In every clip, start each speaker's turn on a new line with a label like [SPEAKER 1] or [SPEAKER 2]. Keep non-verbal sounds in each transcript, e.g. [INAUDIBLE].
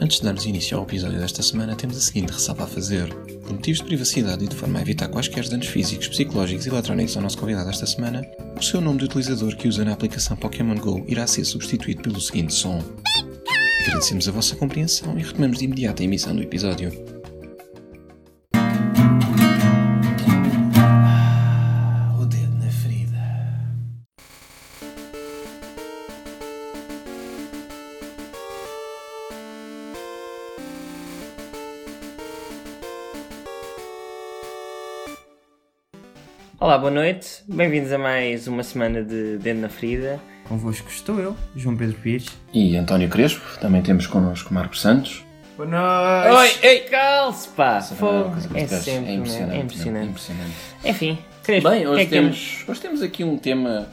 [SPEAKER 1] Antes de darmos início ao episódio desta semana, temos a seguinte ressalva a fazer. Por motivos de privacidade e de forma a evitar quaisquer danos físicos, psicológicos e eletrónicos ao nosso convidado esta semana, o seu nome de utilizador que usa na aplicação Pokémon GO irá ser substituído pelo seguinte som. Agradecemos a vossa compreensão e retomamos de imediato a emissão do episódio. Ah, O dedo na ferida.
[SPEAKER 2] Olá, boa noite. Bem-vindos a mais uma semana de Dentro na Ferida.
[SPEAKER 3] Convosco estou eu, João Pedro Pires.
[SPEAKER 1] E António Crespo, também temos connosco Marcos Santos.
[SPEAKER 3] Boa
[SPEAKER 2] Oi,
[SPEAKER 3] noite!
[SPEAKER 2] ei, calce, pá!
[SPEAKER 1] Sabe,
[SPEAKER 2] Fogo.
[SPEAKER 1] coisa que
[SPEAKER 2] É
[SPEAKER 1] acontece.
[SPEAKER 2] sempre,
[SPEAKER 1] é
[SPEAKER 2] né?
[SPEAKER 1] impressionante.
[SPEAKER 2] É
[SPEAKER 1] não? É
[SPEAKER 2] impressionante.
[SPEAKER 1] impressionante.
[SPEAKER 2] Enfim, Crespo,
[SPEAKER 1] Bem,
[SPEAKER 2] o que
[SPEAKER 1] hoje,
[SPEAKER 2] é que
[SPEAKER 1] temos, hoje temos aqui um tema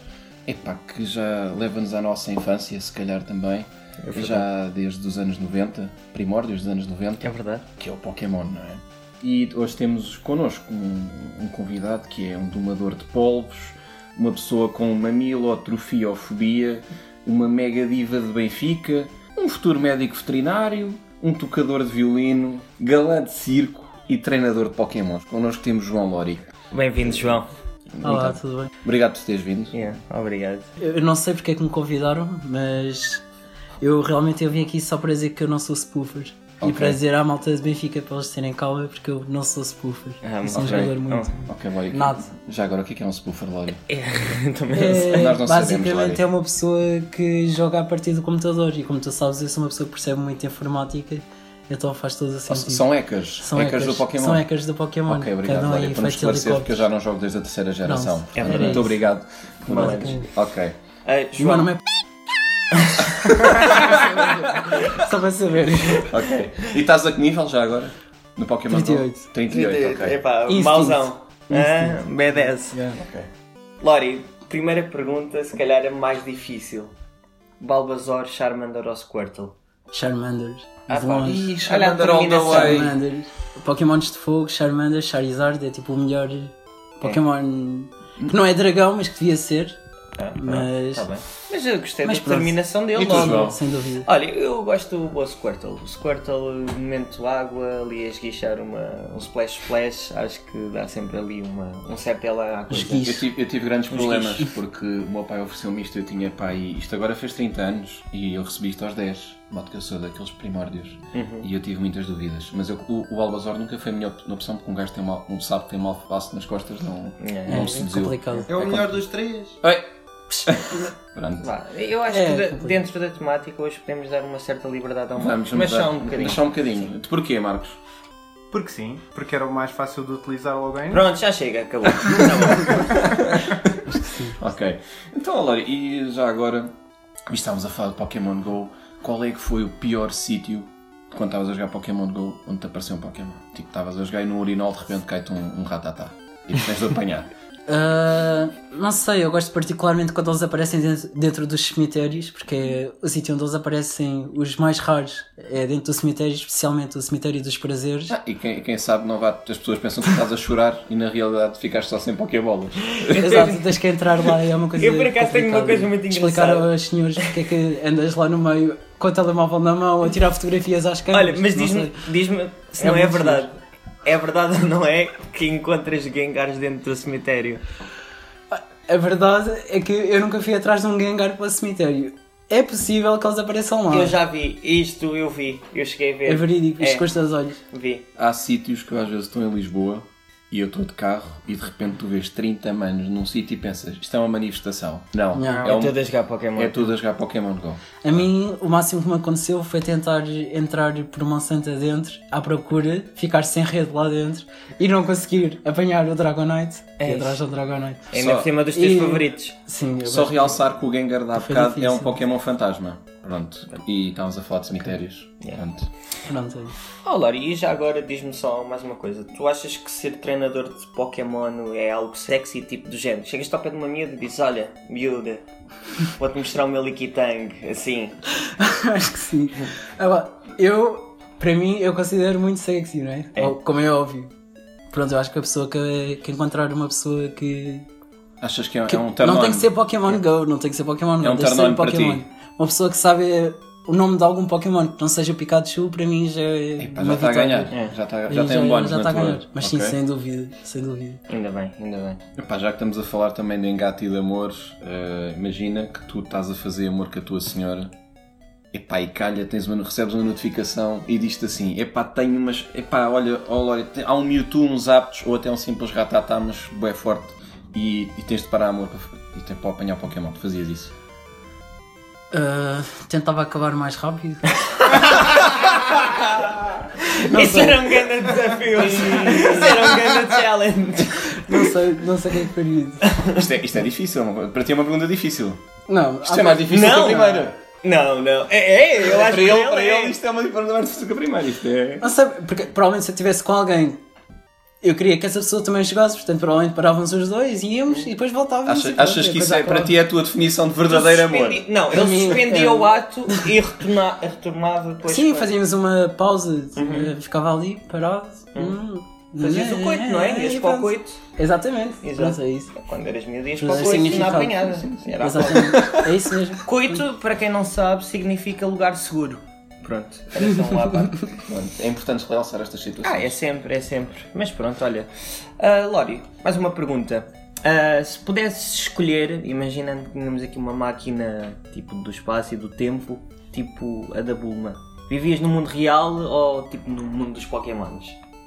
[SPEAKER 1] epá, que já leva-nos à nossa infância, se calhar também, já desde os anos 90, primórdios dos anos 90,
[SPEAKER 2] É verdade.
[SPEAKER 1] que é o Pokémon, não é? E hoje temos connosco um, um convidado que é um domador de polvos, uma pessoa com mamilotrofia, uma mega diva de Benfica, um futuro médico veterinário, um tocador de violino, galã de circo e treinador de Pokémon. Connosco temos João Lori.
[SPEAKER 2] Bem-vindo, João.
[SPEAKER 4] Olá,
[SPEAKER 1] Então,
[SPEAKER 4] tudo bem?
[SPEAKER 1] Obrigado por teres vindo.
[SPEAKER 2] Yeah, obrigado. [LAUGHS]
[SPEAKER 4] Eu não sei porque é que me convidaram, mas eu realmente eu vim aqui só para dizer que eu não sou spoofer.
[SPEAKER 1] Ok.
[SPEAKER 4] E para dizer à malta de Benfica para eles terem calma, porque eu não sou spoofer.
[SPEAKER 2] Ah,
[SPEAKER 4] eu sou um
[SPEAKER 1] ok. Então,
[SPEAKER 4] jogador muito.
[SPEAKER 1] Ok, Lori.
[SPEAKER 4] Nada.
[SPEAKER 1] Já agora, o que é que é um spoofer, Lori?
[SPEAKER 2] Também não sei.
[SPEAKER 4] É,
[SPEAKER 1] [LAUGHS] Nós não
[SPEAKER 4] basicamente
[SPEAKER 1] sabemos, Lari.
[SPEAKER 4] é uma pessoa que joga a partir do computador e como tu sabes eu sou uma pessoa que percebe muito de informática, então faz todo o sentido.
[SPEAKER 1] São hackers.
[SPEAKER 4] São
[SPEAKER 1] hackers do
[SPEAKER 4] hackers-
[SPEAKER 1] Pokémon.
[SPEAKER 4] São hackers do Pokémon.
[SPEAKER 1] Ok, obrigado,
[SPEAKER 4] Cada um
[SPEAKER 1] Lória,
[SPEAKER 4] é
[SPEAKER 1] por nos
[SPEAKER 4] infantil de
[SPEAKER 1] esclarecer, porque eu
[SPEAKER 4] copos.
[SPEAKER 1] já não jogo desde a terceira geração.
[SPEAKER 4] é
[SPEAKER 1] Portanto,
[SPEAKER 4] verdade.
[SPEAKER 1] muito obrigado. por nos-
[SPEAKER 4] Basicamente.
[SPEAKER 1] Ok.
[SPEAKER 2] Ah,
[SPEAKER 4] O meu
[SPEAKER 2] João,
[SPEAKER 4] nome é p... [LAUGHS] Só para saber.
[SPEAKER 1] [LAUGHS] Ok. E estás a que nível já agora? No Pokémon Go?
[SPEAKER 4] 38.
[SPEAKER 1] 38, ok.
[SPEAKER 2] Epá,
[SPEAKER 4] Instinct.
[SPEAKER 2] mauzão. Ah, B10.
[SPEAKER 4] é.
[SPEAKER 1] Ok.
[SPEAKER 2] Lori, primeira pergunta, se calhar a mais difícil. Balbazor, Charmander ou Squirtle?
[SPEAKER 4] Charmander.
[SPEAKER 2] Ah,
[SPEAKER 4] de
[SPEAKER 2] pá,
[SPEAKER 4] longe.
[SPEAKER 1] Ih,
[SPEAKER 2] Olha a determinação.
[SPEAKER 4] Charmander, Pokémons de fogo, Charmander, Charizard é tipo o melhor Pokémon que não é dragão, mas que devia ser.
[SPEAKER 2] Ah, pronto,
[SPEAKER 4] Mas-
[SPEAKER 2] tá bem. Ah, Mas eu gostei
[SPEAKER 4] Mas
[SPEAKER 2] da
[SPEAKER 4] pronto.
[SPEAKER 2] determinação dele
[SPEAKER 1] E tu,
[SPEAKER 2] logo.
[SPEAKER 1] João?
[SPEAKER 4] Sem dúvida.
[SPEAKER 2] Olha, eu gosto do Squirtle. O Squirtle, no momento água, ali a esguichar uma, um splash splash, acho que dá sempre ali uma, um sepela à coisa.
[SPEAKER 4] Esguicho.
[SPEAKER 1] Eu
[SPEAKER 4] Isso.
[SPEAKER 1] tive, eu tive grandes
[SPEAKER 2] Uns
[SPEAKER 1] problemas porque o meu pai ofereceu-me isto. Eu tinha pai, isto agora fez 30 anos e eu recebi isto aos 10. de Modo que eu sou daqueles primórdios
[SPEAKER 2] Uhum.
[SPEAKER 1] e eu tive muitas dúvidas. Mas eu- o, o Albazor nunca foi a minha op- opção porque um gajo tem uma, um sapo que tem um alface nas costas, não,
[SPEAKER 2] É,
[SPEAKER 1] não
[SPEAKER 4] é
[SPEAKER 1] se desil.
[SPEAKER 4] complicado.
[SPEAKER 3] É o melhor dos três.
[SPEAKER 1] Oi!
[SPEAKER 2] [LAUGHS]
[SPEAKER 1] Pronto.
[SPEAKER 2] Vá, eu acho
[SPEAKER 4] É,
[SPEAKER 2] que da-
[SPEAKER 4] complicado.
[SPEAKER 2] dentro da temática hoje podemos dar uma certa liberdade ao
[SPEAKER 1] Vamos,
[SPEAKER 2] Marcos,
[SPEAKER 1] vamos
[SPEAKER 2] mas
[SPEAKER 1] dar-
[SPEAKER 2] só um bocadinho.
[SPEAKER 1] Mas só um bocadinho. De porquê, Marcos?
[SPEAKER 3] Porque sim, porque era o mais fácil de utilizar logo
[SPEAKER 1] um-
[SPEAKER 3] ainda.
[SPEAKER 2] Pronto, já chega, acabou.
[SPEAKER 4] [LAUGHS]
[SPEAKER 2] Tá
[SPEAKER 1] Ok. Então, Alori, e já agora, visto que estávamos a falar de Pokémon GO, qual é que foi o pior sítio quando estavas a jogar Pokémon GO onde te apareceu um Pokémon? Tipo, estavas a jogar e no urinol de repente cai-te um, um ratatá e tu tens de [LAUGHS] apanhar.
[SPEAKER 4] Ah, não sei, eu gosto particularmente quando eles aparecem dentro, dentro dos cemitérios, porque é o sítio onde eles aparecem os mais raros é dentro do cemitério, especialmente o cemitério dos prazeres.
[SPEAKER 1] Ah, e quem, quem sabe não vá, as pessoas pensam que estás a chorar e na realidade ficaste só sem Pokébolas.
[SPEAKER 4] Exato, tens que entrar lá e é uma coisa.
[SPEAKER 2] Eu, por acaso, tenho uma
[SPEAKER 4] complicada.
[SPEAKER 2] coisa muito
[SPEAKER 4] Explicar
[SPEAKER 2] engraçada.
[SPEAKER 4] aos senhores porque é que andas lá no meio com o telemóvel na mão a tirar fotografias às
[SPEAKER 2] bom.
[SPEAKER 4] câmeras.
[SPEAKER 2] Olha, mas
[SPEAKER 4] não
[SPEAKER 2] diz-me
[SPEAKER 4] sei.
[SPEAKER 2] diz se
[SPEAKER 4] É
[SPEAKER 2] não é
[SPEAKER 4] muito
[SPEAKER 2] verdade. É verdade ou não é que encontras Gengars dentro do cemitério?
[SPEAKER 4] A verdade é que eu nunca fui atrás de um Gengar para o cemitério. É possível que eles apareçam lá.
[SPEAKER 2] Eu já vi, isto eu vi, eu cheguei a ver.
[SPEAKER 4] Ah. É verídico, isto
[SPEAKER 2] É.
[SPEAKER 4] custa os olhos.
[SPEAKER 2] Vi.
[SPEAKER 1] Há sítios que eu às vezes estou em Lisboa e eu estou de carro e de repente tu vês 30 manos num sítio e pensas, isto é uma manifestação. Não,
[SPEAKER 4] Não.
[SPEAKER 1] é, um-
[SPEAKER 2] a jogar Pokémon.
[SPEAKER 1] é tudo a jogar Pokémon GO.
[SPEAKER 4] A mim, o máximo que me aconteceu foi tentar entrar por Monsanto adentro, à procura, ficar sem rede lá dentro e não conseguir apanhar o Dragonite.
[SPEAKER 2] É
[SPEAKER 4] É
[SPEAKER 2] isso.
[SPEAKER 4] atrás do Dragonite.
[SPEAKER 2] Ainda
[SPEAKER 1] Só-
[SPEAKER 2] por cima dos teus
[SPEAKER 4] E-
[SPEAKER 2] favoritos.
[SPEAKER 4] Sim, eu
[SPEAKER 1] Só
[SPEAKER 4] gosto.
[SPEAKER 1] realçar que o Gengar da
[SPEAKER 4] Foi
[SPEAKER 1] bocado é um
[SPEAKER 4] difícil.
[SPEAKER 1] Pokémon fantasma. Pronto. E estávamos a falar de cemitérios.
[SPEAKER 2] Yeah.
[SPEAKER 1] Pronto.
[SPEAKER 4] Pronto, é isso.
[SPEAKER 2] Oh, Lori, e já agora diz-me só mais uma coisa. Tu achas que ser treinador de Pokémon é algo sexy, tipo do género? Chegas ao pé de uma miúda e dizes: Olha, miúda, vou-te mostrar o meu Liquitang, assim.
[SPEAKER 4] [LAUGHS] Acho que sim. Ah, pá, eu, para mim, eu considero muito sexy, não é?
[SPEAKER 2] É.
[SPEAKER 4] Ou, Como é óbvio. Pronto, eu acho que a pessoa que, que encontrar uma pessoa que.
[SPEAKER 1] Achas que é,
[SPEAKER 4] que
[SPEAKER 1] é um turn
[SPEAKER 4] não tem
[SPEAKER 1] on?
[SPEAKER 4] que ser Pokémon Go, não tem que ser Pokémon Go,
[SPEAKER 1] É um
[SPEAKER 4] deixa de
[SPEAKER 1] turn
[SPEAKER 4] ser
[SPEAKER 1] on para ti.
[SPEAKER 4] Pokémon. Uma pessoa que sabe o nome de algum Pokémon que não seja o Pikachu, para mim já é.
[SPEAKER 1] Epá,
[SPEAKER 4] uma
[SPEAKER 1] já está a
[SPEAKER 4] vitória.
[SPEAKER 1] ganhar.
[SPEAKER 2] É.
[SPEAKER 1] Já, está,
[SPEAKER 4] Aí
[SPEAKER 1] já tem um bónus
[SPEAKER 4] já
[SPEAKER 1] na
[SPEAKER 4] está a
[SPEAKER 1] tua.
[SPEAKER 4] ganhar. Mas
[SPEAKER 1] Ok.
[SPEAKER 4] sim, sem dúvida, sem dúvida.
[SPEAKER 2] Ainda bem, ainda bem.
[SPEAKER 1] Epá, já que estamos a falar também de engate e de amores, eh, imagina que tu estás a fazer amor com a tua senhora. Epá, e calha, tens uma, recebes uma notificação e diz-te assim: Epá, tenho umas. Epá, olha, olha tem- há um Mewtwo, uns aptos ou até um simples ratatá, mas bué forte. E, e tens de parar amor para, fa- e tem, para apanhar Pokémon. Tu fazias isso.
[SPEAKER 4] Ah, tentava acabar mais
[SPEAKER 1] [LAUGHS]
[SPEAKER 4] rápido.
[SPEAKER 2] Isso era um grande desafio. Isso era um grande challenge.
[SPEAKER 4] não sei, não sei o que é que faria.
[SPEAKER 1] Isto é, isto é difícil, uma- para ti é uma pergunta difícil.
[SPEAKER 4] Não,
[SPEAKER 1] Isto
[SPEAKER 4] há
[SPEAKER 1] é mais
[SPEAKER 4] pá-
[SPEAKER 1] difícil
[SPEAKER 2] Ah, Não.
[SPEAKER 1] que a primeira.
[SPEAKER 2] Não, não. É, é, eu acho
[SPEAKER 1] Para
[SPEAKER 2] que
[SPEAKER 1] ele, para
[SPEAKER 2] é. Ah,
[SPEAKER 1] ele, isto é uma pergunta mais difícil que a primeira. Isto é.
[SPEAKER 4] Não sei, porque provavelmente se eu estivesse com alguém, eu queria que essa pessoa também jogasse, portanto provavelmente parávamos os dois, íamos e depois voltávamos.
[SPEAKER 1] Achas,
[SPEAKER 4] e
[SPEAKER 2] então,
[SPEAKER 4] pronto,
[SPEAKER 1] achas
[SPEAKER 4] e
[SPEAKER 1] que
[SPEAKER 4] a
[SPEAKER 1] isso
[SPEAKER 4] coisa
[SPEAKER 1] é, para
[SPEAKER 4] acabava.
[SPEAKER 1] ti é a tua definição de
[SPEAKER 2] Eu
[SPEAKER 1] verdadeiro amor?
[SPEAKER 2] suspendi- Não,
[SPEAKER 4] Para
[SPEAKER 2] eu
[SPEAKER 4] mim,
[SPEAKER 2] suspendia
[SPEAKER 4] é.
[SPEAKER 2] o ato e retorna, retornava depois.
[SPEAKER 4] Sim,
[SPEAKER 2] para-
[SPEAKER 4] fazíamos uma pausa,
[SPEAKER 1] Uhum.
[SPEAKER 4] eh, ficava ali, parado. hum,
[SPEAKER 2] Fazias o coito, não é? Ias
[SPEAKER 4] e
[SPEAKER 2] para o
[SPEAKER 4] pronto.
[SPEAKER 2] coito.
[SPEAKER 4] Exatamente,
[SPEAKER 2] Exato.
[SPEAKER 4] Pronto, é isso.
[SPEAKER 2] Quando eras miúdo, ias para
[SPEAKER 1] assim
[SPEAKER 2] o
[SPEAKER 4] Mas é
[SPEAKER 2] coito na
[SPEAKER 4] significado.
[SPEAKER 2] apanhada. Era a
[SPEAKER 4] Exatamente, [LAUGHS] é isso mesmo.
[SPEAKER 2] Coito, para quem não sabe, significa lugar seguro. Pronto, era só um lá à
[SPEAKER 1] [LAUGHS]
[SPEAKER 2] parte.
[SPEAKER 1] Pronto, É importante realçar estas situações.
[SPEAKER 2] Ah, é sempre, é sempre. Mas pronto, olha. Ah, Lório, mais uma pergunta. Ah, se pudesses escolher, imaginando que tínhamos aqui uma máquina tipo do espaço e do tempo, tipo a da Bulma, vivias no mundo real ou tipo no mundo dos Pokémons?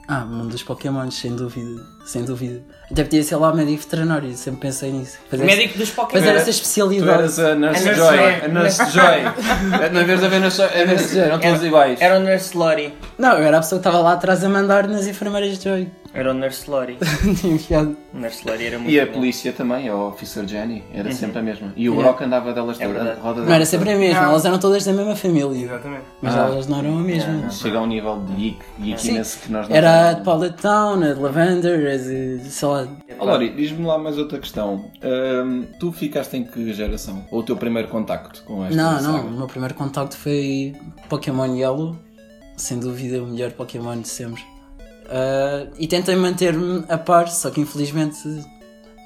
[SPEAKER 4] Ah, mundo dos Pokémons, sem dúvida, sem dúvida. Até podia ser lá médico veterinário, sempre pensei nisso. Fazer
[SPEAKER 2] Médico dos
[SPEAKER 4] fazer
[SPEAKER 2] Pokémon.
[SPEAKER 4] essa
[SPEAKER 1] Tu
[SPEAKER 4] especialidade.
[SPEAKER 1] eras a Nurse
[SPEAKER 2] A Nurse
[SPEAKER 1] Joy.
[SPEAKER 2] Joy.
[SPEAKER 1] A Nurse
[SPEAKER 2] [LAUGHS]
[SPEAKER 1] Joy. Não vez de haver Nurse Joy, é Nurse Joy, não todos iguais.
[SPEAKER 2] Era o Nurse Lori.
[SPEAKER 4] Não, eu era a pessoa que estava lá atrás a mandar nas enfermeiras de Joy.
[SPEAKER 2] Era o Nurse Lori.
[SPEAKER 4] [LAUGHS] Tinha piada.
[SPEAKER 2] O Nurse Lori era muito
[SPEAKER 1] E a
[SPEAKER 2] bom.
[SPEAKER 1] polícia também, a Officer Jenny, era sempre a mesma. E o
[SPEAKER 4] Yeah.
[SPEAKER 1] Brock andava delas
[SPEAKER 2] Uhum. É
[SPEAKER 1] todas.
[SPEAKER 2] verdade.
[SPEAKER 1] roda
[SPEAKER 4] Não
[SPEAKER 1] delas
[SPEAKER 4] era sempre a mesma,
[SPEAKER 3] Não.
[SPEAKER 4] elas eram todas da mesma família.
[SPEAKER 3] Exatamente.
[SPEAKER 4] Mas
[SPEAKER 1] Ah.
[SPEAKER 4] elas não eram a mesma.
[SPEAKER 1] todas. Chega a um nível de geek, geekiness que nós não
[SPEAKER 4] Era a de
[SPEAKER 1] temos.
[SPEAKER 4] Paula Town, a de Lavender, a de. sei lá.
[SPEAKER 1] Ó, Lori, diz-me lá mais outra questão. Ahm, tu ficaste em que geração? Ou o teu primeiro contacto com esta
[SPEAKER 4] Não,
[SPEAKER 1] saga?
[SPEAKER 4] não, o meu primeiro contacto foi Pokémon Yellow, sem dúvida o melhor Pokémon de sempre. Ah, e tentei manter-me a par, só que infelizmente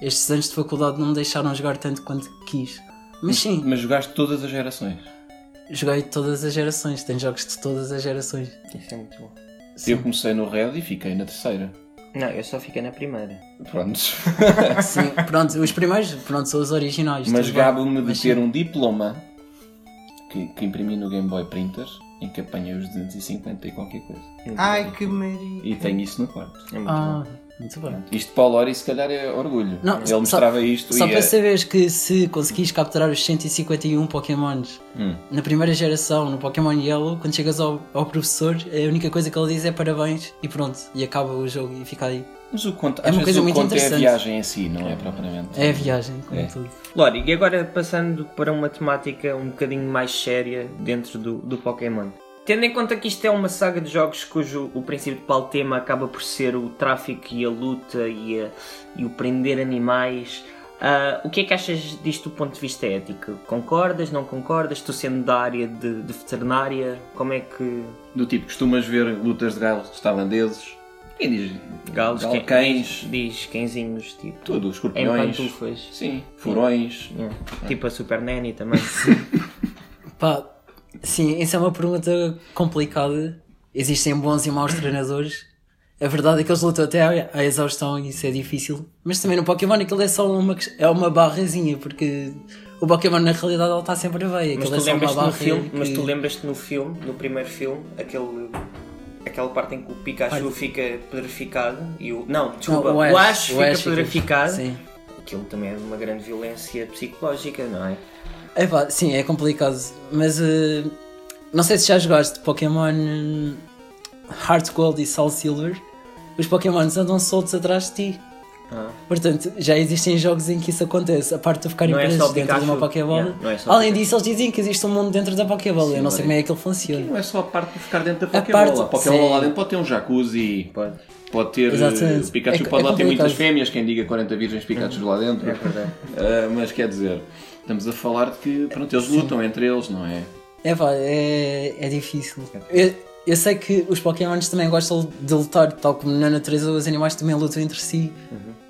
[SPEAKER 4] estes anos de faculdade não me deixaram jogar tanto quanto quis. Mas sim,
[SPEAKER 1] Mas jogaste todas as gerações.
[SPEAKER 4] joguei todas as gerações, tenho jogos de todas
[SPEAKER 3] [LAUGHS]
[SPEAKER 4] as gerações.
[SPEAKER 2] Isso é muito bom.
[SPEAKER 1] Eu comecei no Red e fiquei na terceira.
[SPEAKER 2] Não, eu só fiquei na primeira. É
[SPEAKER 1] Pronto.
[SPEAKER 4] Sim, pronto, os primeiros, pronto, são os originais.
[SPEAKER 1] [LAUGHS]
[SPEAKER 4] tá
[SPEAKER 1] Mas
[SPEAKER 4] tudo bem.
[SPEAKER 1] gabo-me de
[SPEAKER 4] Mas
[SPEAKER 1] ter
[SPEAKER 4] sim.
[SPEAKER 1] um diploma que, que imprimi no Game Boy Printer em que apanhei os 250 e qualquer coisa.
[SPEAKER 3] Ai que marido.
[SPEAKER 1] E tenho isso no quarto.
[SPEAKER 2] É muito
[SPEAKER 4] Ah, muito bem.
[SPEAKER 1] Isto para o Lori se calhar é orgulho.
[SPEAKER 4] Não,
[SPEAKER 1] Ele
[SPEAKER 4] só-
[SPEAKER 1] mostrava isto
[SPEAKER 4] Só
[SPEAKER 1] e
[SPEAKER 4] para
[SPEAKER 1] é...
[SPEAKER 4] saberes que se conseguis capturar os 151 Pokémons
[SPEAKER 1] Hum.
[SPEAKER 4] na primeira geração, no Pokémon Yellow, quando chegas ao, ao professor, a única coisa que ele diz é parabéns e pronto, e acaba o jogo e fica aí.
[SPEAKER 1] Mas o conto,
[SPEAKER 4] É
[SPEAKER 1] às
[SPEAKER 4] uma
[SPEAKER 1] vezes
[SPEAKER 4] coisa
[SPEAKER 1] o
[SPEAKER 4] muito
[SPEAKER 1] conto é a
[SPEAKER 4] interessante.
[SPEAKER 1] viagem em si, não é propriamente.
[SPEAKER 4] É a viagem, como
[SPEAKER 1] É.
[SPEAKER 4] tudo.
[SPEAKER 2] Lori, e agora passando para uma temática um bocadinho mais séria dentro do, do Pokémon. Tendo em conta que isto é uma saga de jogos cujo o principal tema acaba por ser o tráfico e a luta e, a- e o prender animais, ah, o que é que achas disto do ponto de vista ético? Concordas, não concordas? Tu sendo da área de, de veterinária, como é que...
[SPEAKER 1] Do tipo, costumas ver lutas de galos tailandeses. é- Quem diz?
[SPEAKER 2] Galos,
[SPEAKER 1] Gal-
[SPEAKER 2] quem-
[SPEAKER 1] cães,
[SPEAKER 2] Diz cãezinhos, tipo...
[SPEAKER 1] tudo,
[SPEAKER 4] É
[SPEAKER 2] Em
[SPEAKER 1] escorpiões.
[SPEAKER 2] pantufas.
[SPEAKER 1] Sim, furões.
[SPEAKER 2] Yeah. Tipo a Super Nanny
[SPEAKER 1] [LAUGHS]
[SPEAKER 2] também.
[SPEAKER 4] Pá, sim, isso é uma pergunta complicada. Existem bons e maus treinadores. A verdade é que eles lutam até à- à exaustão e isso é difícil. Mas também no Pokémon aquilo é só uma, ques- é uma barrazinha, porque o Pokémon na realidade ele está sempre a ver.
[SPEAKER 2] Mas
[SPEAKER 4] Aquilo
[SPEAKER 2] tu,
[SPEAKER 4] é só uma
[SPEAKER 2] lembras-te
[SPEAKER 4] barra.
[SPEAKER 2] no filme,
[SPEAKER 4] que-
[SPEAKER 2] mas tu lembras-te no filme, no primeiro filme, aquele, aquela parte em que o Pikachu
[SPEAKER 4] Olha.
[SPEAKER 2] fica pedrificado e o. Não,
[SPEAKER 4] Não,
[SPEAKER 2] desculpa, o Ash,
[SPEAKER 4] o
[SPEAKER 2] fica
[SPEAKER 4] Ash
[SPEAKER 2] pedrificado.
[SPEAKER 4] Sim.
[SPEAKER 2] Aquilo também é uma grande violência psicológica, não é?
[SPEAKER 4] Epá, sim, é complicado. Mas eh, não sei se já jogaste Pokémon hum, Heart Gold e Soul Silver. Os Pokémons andam soltos atrás de ti.
[SPEAKER 2] Ah.
[SPEAKER 4] Portanto, já existem jogos em que isso acontece, a parte de ficarem
[SPEAKER 2] Não é
[SPEAKER 4] presos
[SPEAKER 2] só o
[SPEAKER 4] dentro de uma
[SPEAKER 2] Pikachu.
[SPEAKER 4] Pokébola.
[SPEAKER 2] Yeah, não é só o
[SPEAKER 4] Além
[SPEAKER 2] Pikachu.
[SPEAKER 4] disso, eles dizem que existe um mundo dentro da Pokébola. Eu não sei como é que ele funciona.
[SPEAKER 1] Não é só a parte de ficar dentro
[SPEAKER 4] A
[SPEAKER 1] da Pokébola.
[SPEAKER 4] parte-
[SPEAKER 1] A Pokébola lá
[SPEAKER 4] sim.
[SPEAKER 1] dentro pode ter um jacuzzi,
[SPEAKER 2] Pode.
[SPEAKER 1] Pode ter.
[SPEAKER 4] Exatamente.
[SPEAKER 1] eh, Pikachu
[SPEAKER 4] É-
[SPEAKER 1] pode
[SPEAKER 4] é
[SPEAKER 1] lá ter muitas
[SPEAKER 4] complicado. É
[SPEAKER 1] fêmeas, quem diga 40 virgens Pikachu lá dentro. [LAUGHS]
[SPEAKER 2] verdade.
[SPEAKER 1] Ah, mas quer dizer, estamos a falar de que pronto, eles lutam entre eles, não é?
[SPEAKER 4] É pá, é, é difícil. Eu, eu sei
[SPEAKER 2] Uhum.
[SPEAKER 4] que os Pokémons também gostam de lutar, tal como na natureza os animais também lutam entre si.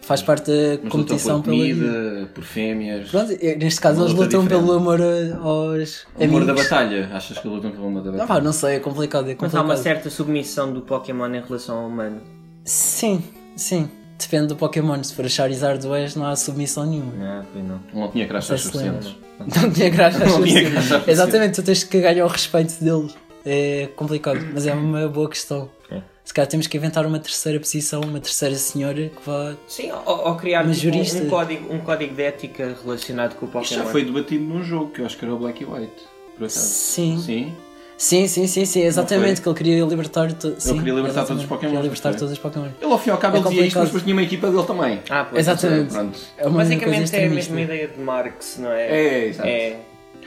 [SPEAKER 4] Faz parte da
[SPEAKER 1] Mas lutam
[SPEAKER 4] competição
[SPEAKER 1] por
[SPEAKER 4] pela vida.
[SPEAKER 1] comida, por fêmeas.
[SPEAKER 4] Pronto, eu- neste caso
[SPEAKER 1] Uma
[SPEAKER 4] eles
[SPEAKER 1] luta
[SPEAKER 4] lutam
[SPEAKER 1] diferente.
[SPEAKER 4] pelo amor a- aos
[SPEAKER 1] O amor
[SPEAKER 4] amigos.
[SPEAKER 1] da batalha. Achas que lutam pelo amor da
[SPEAKER 4] Não,
[SPEAKER 1] batalha?
[SPEAKER 4] pá, não sei, é complicado, é
[SPEAKER 2] Mas há uma
[SPEAKER 4] complicado.
[SPEAKER 2] certa submissão do Pokémon em relação ao humano.
[SPEAKER 4] Sim, sim. Depende do Pokémon. Se for a Charizard do Oeste, não há submissão nenhuma. [LAUGHS]
[SPEAKER 2] Não, pois não.
[SPEAKER 1] Não tinha crachás
[SPEAKER 4] Não sei se lembra.
[SPEAKER 1] suficientes.
[SPEAKER 4] Não tinha graça.
[SPEAKER 1] Não tinha
[SPEAKER 4] assim.
[SPEAKER 1] graça, assim.
[SPEAKER 4] Exatamente, tu tens que ganhar o respeito deles. É complicado, mas é uma boa questão.
[SPEAKER 2] É.
[SPEAKER 4] Se calhar temos que inventar uma terceira posição, uma terceira senhora que vá.
[SPEAKER 2] Sim, ou, ou criar
[SPEAKER 4] Mas
[SPEAKER 2] tipo, um-
[SPEAKER 4] jurista?
[SPEAKER 2] um, código, um código de ética relacionado com o Pokémon.
[SPEAKER 1] Isto já foi debatido num jogo que eu acho que era o Black e White. Por acaso.
[SPEAKER 4] Sim. Sim,
[SPEAKER 1] Sim.
[SPEAKER 4] sim, sim, sim, exatamente. Que ele queria libertar. To... Ele
[SPEAKER 1] queria libertar todos os Pokémon,
[SPEAKER 4] Queria libertar
[SPEAKER 1] não sei.
[SPEAKER 4] todos os Pokémon.
[SPEAKER 1] Ele ao fim e ao cabo
[SPEAKER 4] É
[SPEAKER 1] ele dizia isto,
[SPEAKER 4] complicado.
[SPEAKER 1] mas depois tinha uma equipa dele também.
[SPEAKER 2] Ah, pois.
[SPEAKER 4] Exatamente.
[SPEAKER 1] Pronto.
[SPEAKER 4] É uma
[SPEAKER 2] Basicamente
[SPEAKER 4] coisa
[SPEAKER 2] é a
[SPEAKER 4] extremista.
[SPEAKER 2] mesma ideia de Marx, não é?
[SPEAKER 1] É, [LAUGHS] exato.
[SPEAKER 2] É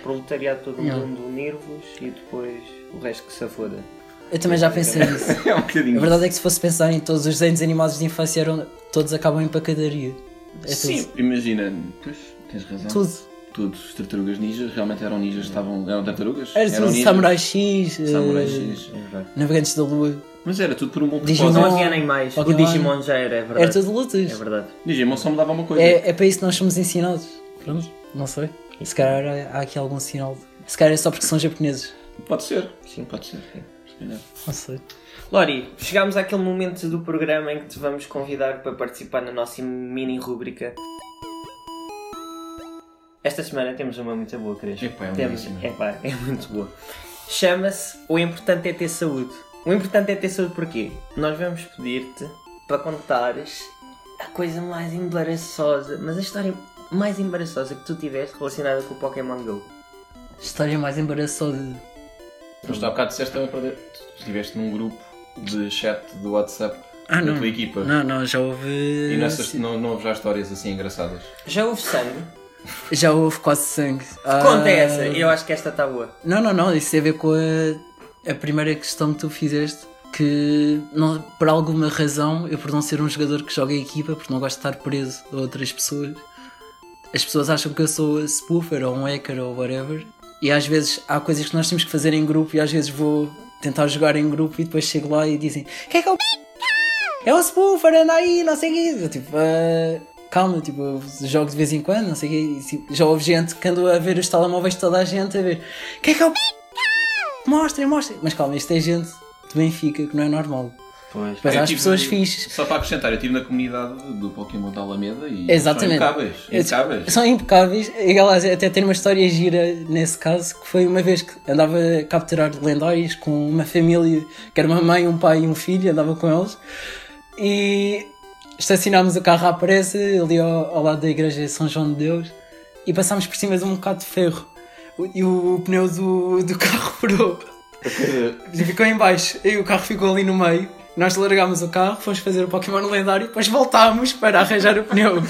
[SPEAKER 2] proletariado todo
[SPEAKER 4] Não.
[SPEAKER 2] mundo, unir-vos e depois o resto que se foda.
[SPEAKER 4] Eu também já pensei nisso.
[SPEAKER 1] É um bocadinho.
[SPEAKER 4] A verdade é que se fosse pensar em todos os desenhos animados de infância, eram... todos acabam em pacadaria. É tudo.
[SPEAKER 1] Sim, imagina.
[SPEAKER 4] Hum.
[SPEAKER 1] Pois, tens razão.
[SPEAKER 4] Tudo.
[SPEAKER 1] Tudo. As tartarugas ninjas realmente eram ninjas, estavam. Eram tartarugas.
[SPEAKER 4] Era tudo
[SPEAKER 1] ninjas.
[SPEAKER 4] Samurai X, eh,
[SPEAKER 1] Samurai X.
[SPEAKER 4] Navegantes da Lua.
[SPEAKER 1] Mas era tudo por um bom
[SPEAKER 4] Digimon.
[SPEAKER 1] propósito.
[SPEAKER 2] Não
[SPEAKER 4] Não,
[SPEAKER 2] havia nem mais. O
[SPEAKER 4] Pokémon.
[SPEAKER 2] Digimon já era, é verdade.
[SPEAKER 4] Era tudo lutas.
[SPEAKER 2] É verdade.
[SPEAKER 1] Digimon só me dava uma coisa.
[SPEAKER 4] É, é para isso que nós somos ensinados. Pronto, não sei. Se calhar há- há aqui algum sinal. de- Se calhar é só porque são japoneses.
[SPEAKER 1] Pode ser.
[SPEAKER 2] Sim.
[SPEAKER 1] Pode ser. Se calhar.
[SPEAKER 4] Não sei.
[SPEAKER 2] Lori, chegámos àquele momento do programa em que te vamos convidar para participar na nossa mini rúbrica. Esta semana temos uma muito boa, Crespo.
[SPEAKER 1] Epá, é
[SPEAKER 2] temos,
[SPEAKER 1] lindíssima.
[SPEAKER 2] epá, é muito boa. Chama-se O Importante é Ter Saúde. O importante é ter saúde porquê? Nós vamos pedir-te para contares a coisa mais embaraçosa, mas a história mais embaraçosa que tu tiveste relacionada com o Pokémon GO.
[SPEAKER 4] História mais embaraçosa.
[SPEAKER 1] Mas tu há bocado disseste também para. tu Estiveste num grupo de chat do WhatsApp
[SPEAKER 4] Ah,
[SPEAKER 1] da
[SPEAKER 4] não.
[SPEAKER 1] tua equipa.
[SPEAKER 4] Não, não, já houve.
[SPEAKER 1] E nessas, não, não houve já histórias assim engraçadas.
[SPEAKER 2] Já houve sangue?
[SPEAKER 4] Já houve quase sangue. Ah,
[SPEAKER 2] Conta
[SPEAKER 1] é
[SPEAKER 2] é essa, eu acho que esta está boa.
[SPEAKER 4] Não, não, não. Isso tem a ver com a, a primeira questão que tu fizeste. Que não- por alguma razão, eu por não ser um jogador que joga em equipa, porque não gosto de estar preso a outras pessoas, as pessoas acham que eu sou spoofer ou um hacker ou whatever. E às vezes há coisas que nós temos que fazer em grupo e às vezes vou tentar jogar em grupo e depois chego lá e dizem Quem é que é o [LAUGHS] é um spoofer, anda aí, não sei o quê. Eu, tipo, "Ah, calma, tipo, eu jogo de vez em quando, não sei o quê. E, tipo, já houve gente que andou a ver os telemóveis de toda a gente a ver. Quem é que é o [LAUGHS] Mostrem, mostrem. Mas calma, isto é gente de Benfica, que não é normal.
[SPEAKER 2] Pois.
[SPEAKER 4] Mas
[SPEAKER 1] Eu
[SPEAKER 4] há as
[SPEAKER 1] tive-
[SPEAKER 4] pessoas fixes.
[SPEAKER 1] Só para acrescentar, eu estive na comunidade do Pokémon da Alameda e
[SPEAKER 4] Exatamente.
[SPEAKER 1] são impecáveis.
[SPEAKER 4] Eu-
[SPEAKER 1] impecáveis.
[SPEAKER 4] São impecáveis. E elas até tem uma história gira nesse caso, que foi uma vez que andava a capturar lendários com uma família, que era uma mãe, um pai e um filho, andava com eles. E estacionámos o carro à pressa, ali ao, ao lado da igreja de São João de Deus, e passámos por cima de um bocado de ferro. O- E o pneu do, do carro [LAUGHS] furou.
[SPEAKER 1] Eh,
[SPEAKER 4] [LAUGHS] Ficou em baixo. E o carro ficou ali no meio. Nós largámos o carro, fomos fazer o Pokémon lendário e depois voltámos para arranjar o [LAUGHS] pneu.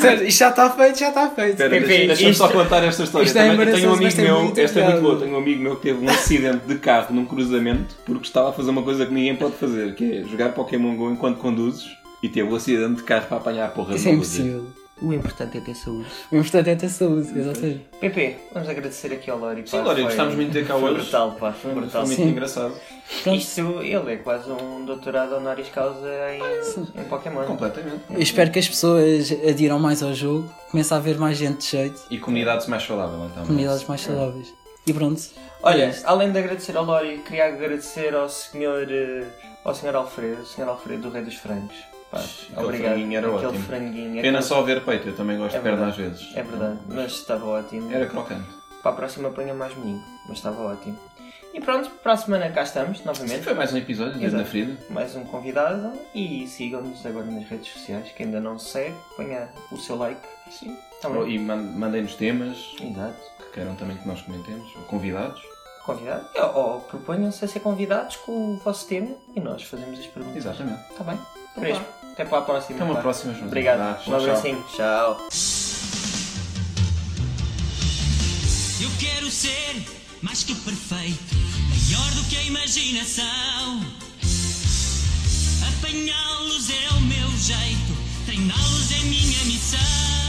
[SPEAKER 4] Sério, isto já está feito, já está feito.
[SPEAKER 1] Espera,
[SPEAKER 2] Enfim,
[SPEAKER 1] deixa- Deixa-me só contar esta história.
[SPEAKER 4] isto é
[SPEAKER 1] Também, eu tenho um
[SPEAKER 4] embaraçoso, mas
[SPEAKER 1] amigo
[SPEAKER 4] tem
[SPEAKER 1] meu,
[SPEAKER 4] muita
[SPEAKER 1] esta é muito
[SPEAKER 4] piada.
[SPEAKER 1] boa, tenho um amigo meu que teve um acidente de carro num cruzamento porque estava a fazer uma coisa que ninguém pode fazer, que é jogar Pokémon GO enquanto conduzes e teve um acidente de carro para apanhar a porra de
[SPEAKER 4] Isso é
[SPEAKER 1] uma luz.
[SPEAKER 4] impossível.
[SPEAKER 2] O importante é ter saúde.
[SPEAKER 4] O importante é ter saúde, exatamente.
[SPEAKER 2] Pepe, vamos agradecer aqui ao Lori.
[SPEAKER 1] Sim,
[SPEAKER 2] pá,
[SPEAKER 1] Lória,
[SPEAKER 2] foi-
[SPEAKER 1] gostámos muito de ter cá
[SPEAKER 2] Foi
[SPEAKER 1] hoje.
[SPEAKER 2] brutal, pá, foi
[SPEAKER 1] Foi muito
[SPEAKER 2] brutal.
[SPEAKER 4] Sim.
[SPEAKER 1] engraçado.
[SPEAKER 4] Pronto.
[SPEAKER 2] Isto, ele é quase um doutorado honoris causa em, em Pokémon.
[SPEAKER 1] Completamente.
[SPEAKER 4] Eu espero que as pessoas adiram mais ao jogo, comece a haver mais gente de jeito,
[SPEAKER 1] E comunidades mais saudável, então.
[SPEAKER 4] comunidades mais saudáveis. E pronto.
[SPEAKER 2] Olha,
[SPEAKER 4] Isto.
[SPEAKER 2] além de agradecer ao Lori, queria agradecer ao senhor, eh, ao senhor Alfredo, o senhor Alfredo do Rei dos Frangos. Pá,
[SPEAKER 1] Aquele
[SPEAKER 2] obrigado.
[SPEAKER 1] franguinho era
[SPEAKER 2] Aquele
[SPEAKER 1] ótimo.
[SPEAKER 2] franguinho.
[SPEAKER 1] Pena
[SPEAKER 2] aquele-
[SPEAKER 1] só ver peito, eu também gosto
[SPEAKER 2] É
[SPEAKER 1] de perna às
[SPEAKER 2] verdade.
[SPEAKER 1] vezes.
[SPEAKER 2] É verdade, mas estava ótimo.
[SPEAKER 1] Era crocante.
[SPEAKER 2] Para a próxima apanha mais menino, mas estava ótimo. E pronto, para a semana cá estamos, novamente.
[SPEAKER 1] Foi mais um episódio da
[SPEAKER 2] Exato.
[SPEAKER 1] Ana Frida.
[SPEAKER 2] mais um convidado e sigam-nos agora nas redes sociais. Quem ainda não segue, ponha o seu like. Sim. Também.
[SPEAKER 1] E man- mandem-nos temas
[SPEAKER 2] Exato.
[SPEAKER 1] que queiram também que nós comentemos, ou convidados.
[SPEAKER 2] Convidado. Ou, ou proponham-se a ser convidados com o vosso tema e nós fazemos as perguntas.
[SPEAKER 1] Exatamente.
[SPEAKER 2] Está bem. Crespo. Até para a próxima.
[SPEAKER 1] Até uma
[SPEAKER 2] pá.
[SPEAKER 1] próxima, João. Vá,
[SPEAKER 2] Obrigado.
[SPEAKER 1] tchau,
[SPEAKER 2] Um
[SPEAKER 1] tchau.
[SPEAKER 2] abracinho. Tchau.
[SPEAKER 5] Eu quero ser mais que perfeito, maior do que a imaginação. Apanhá-los é o meu jeito, treiná-los é minha missão.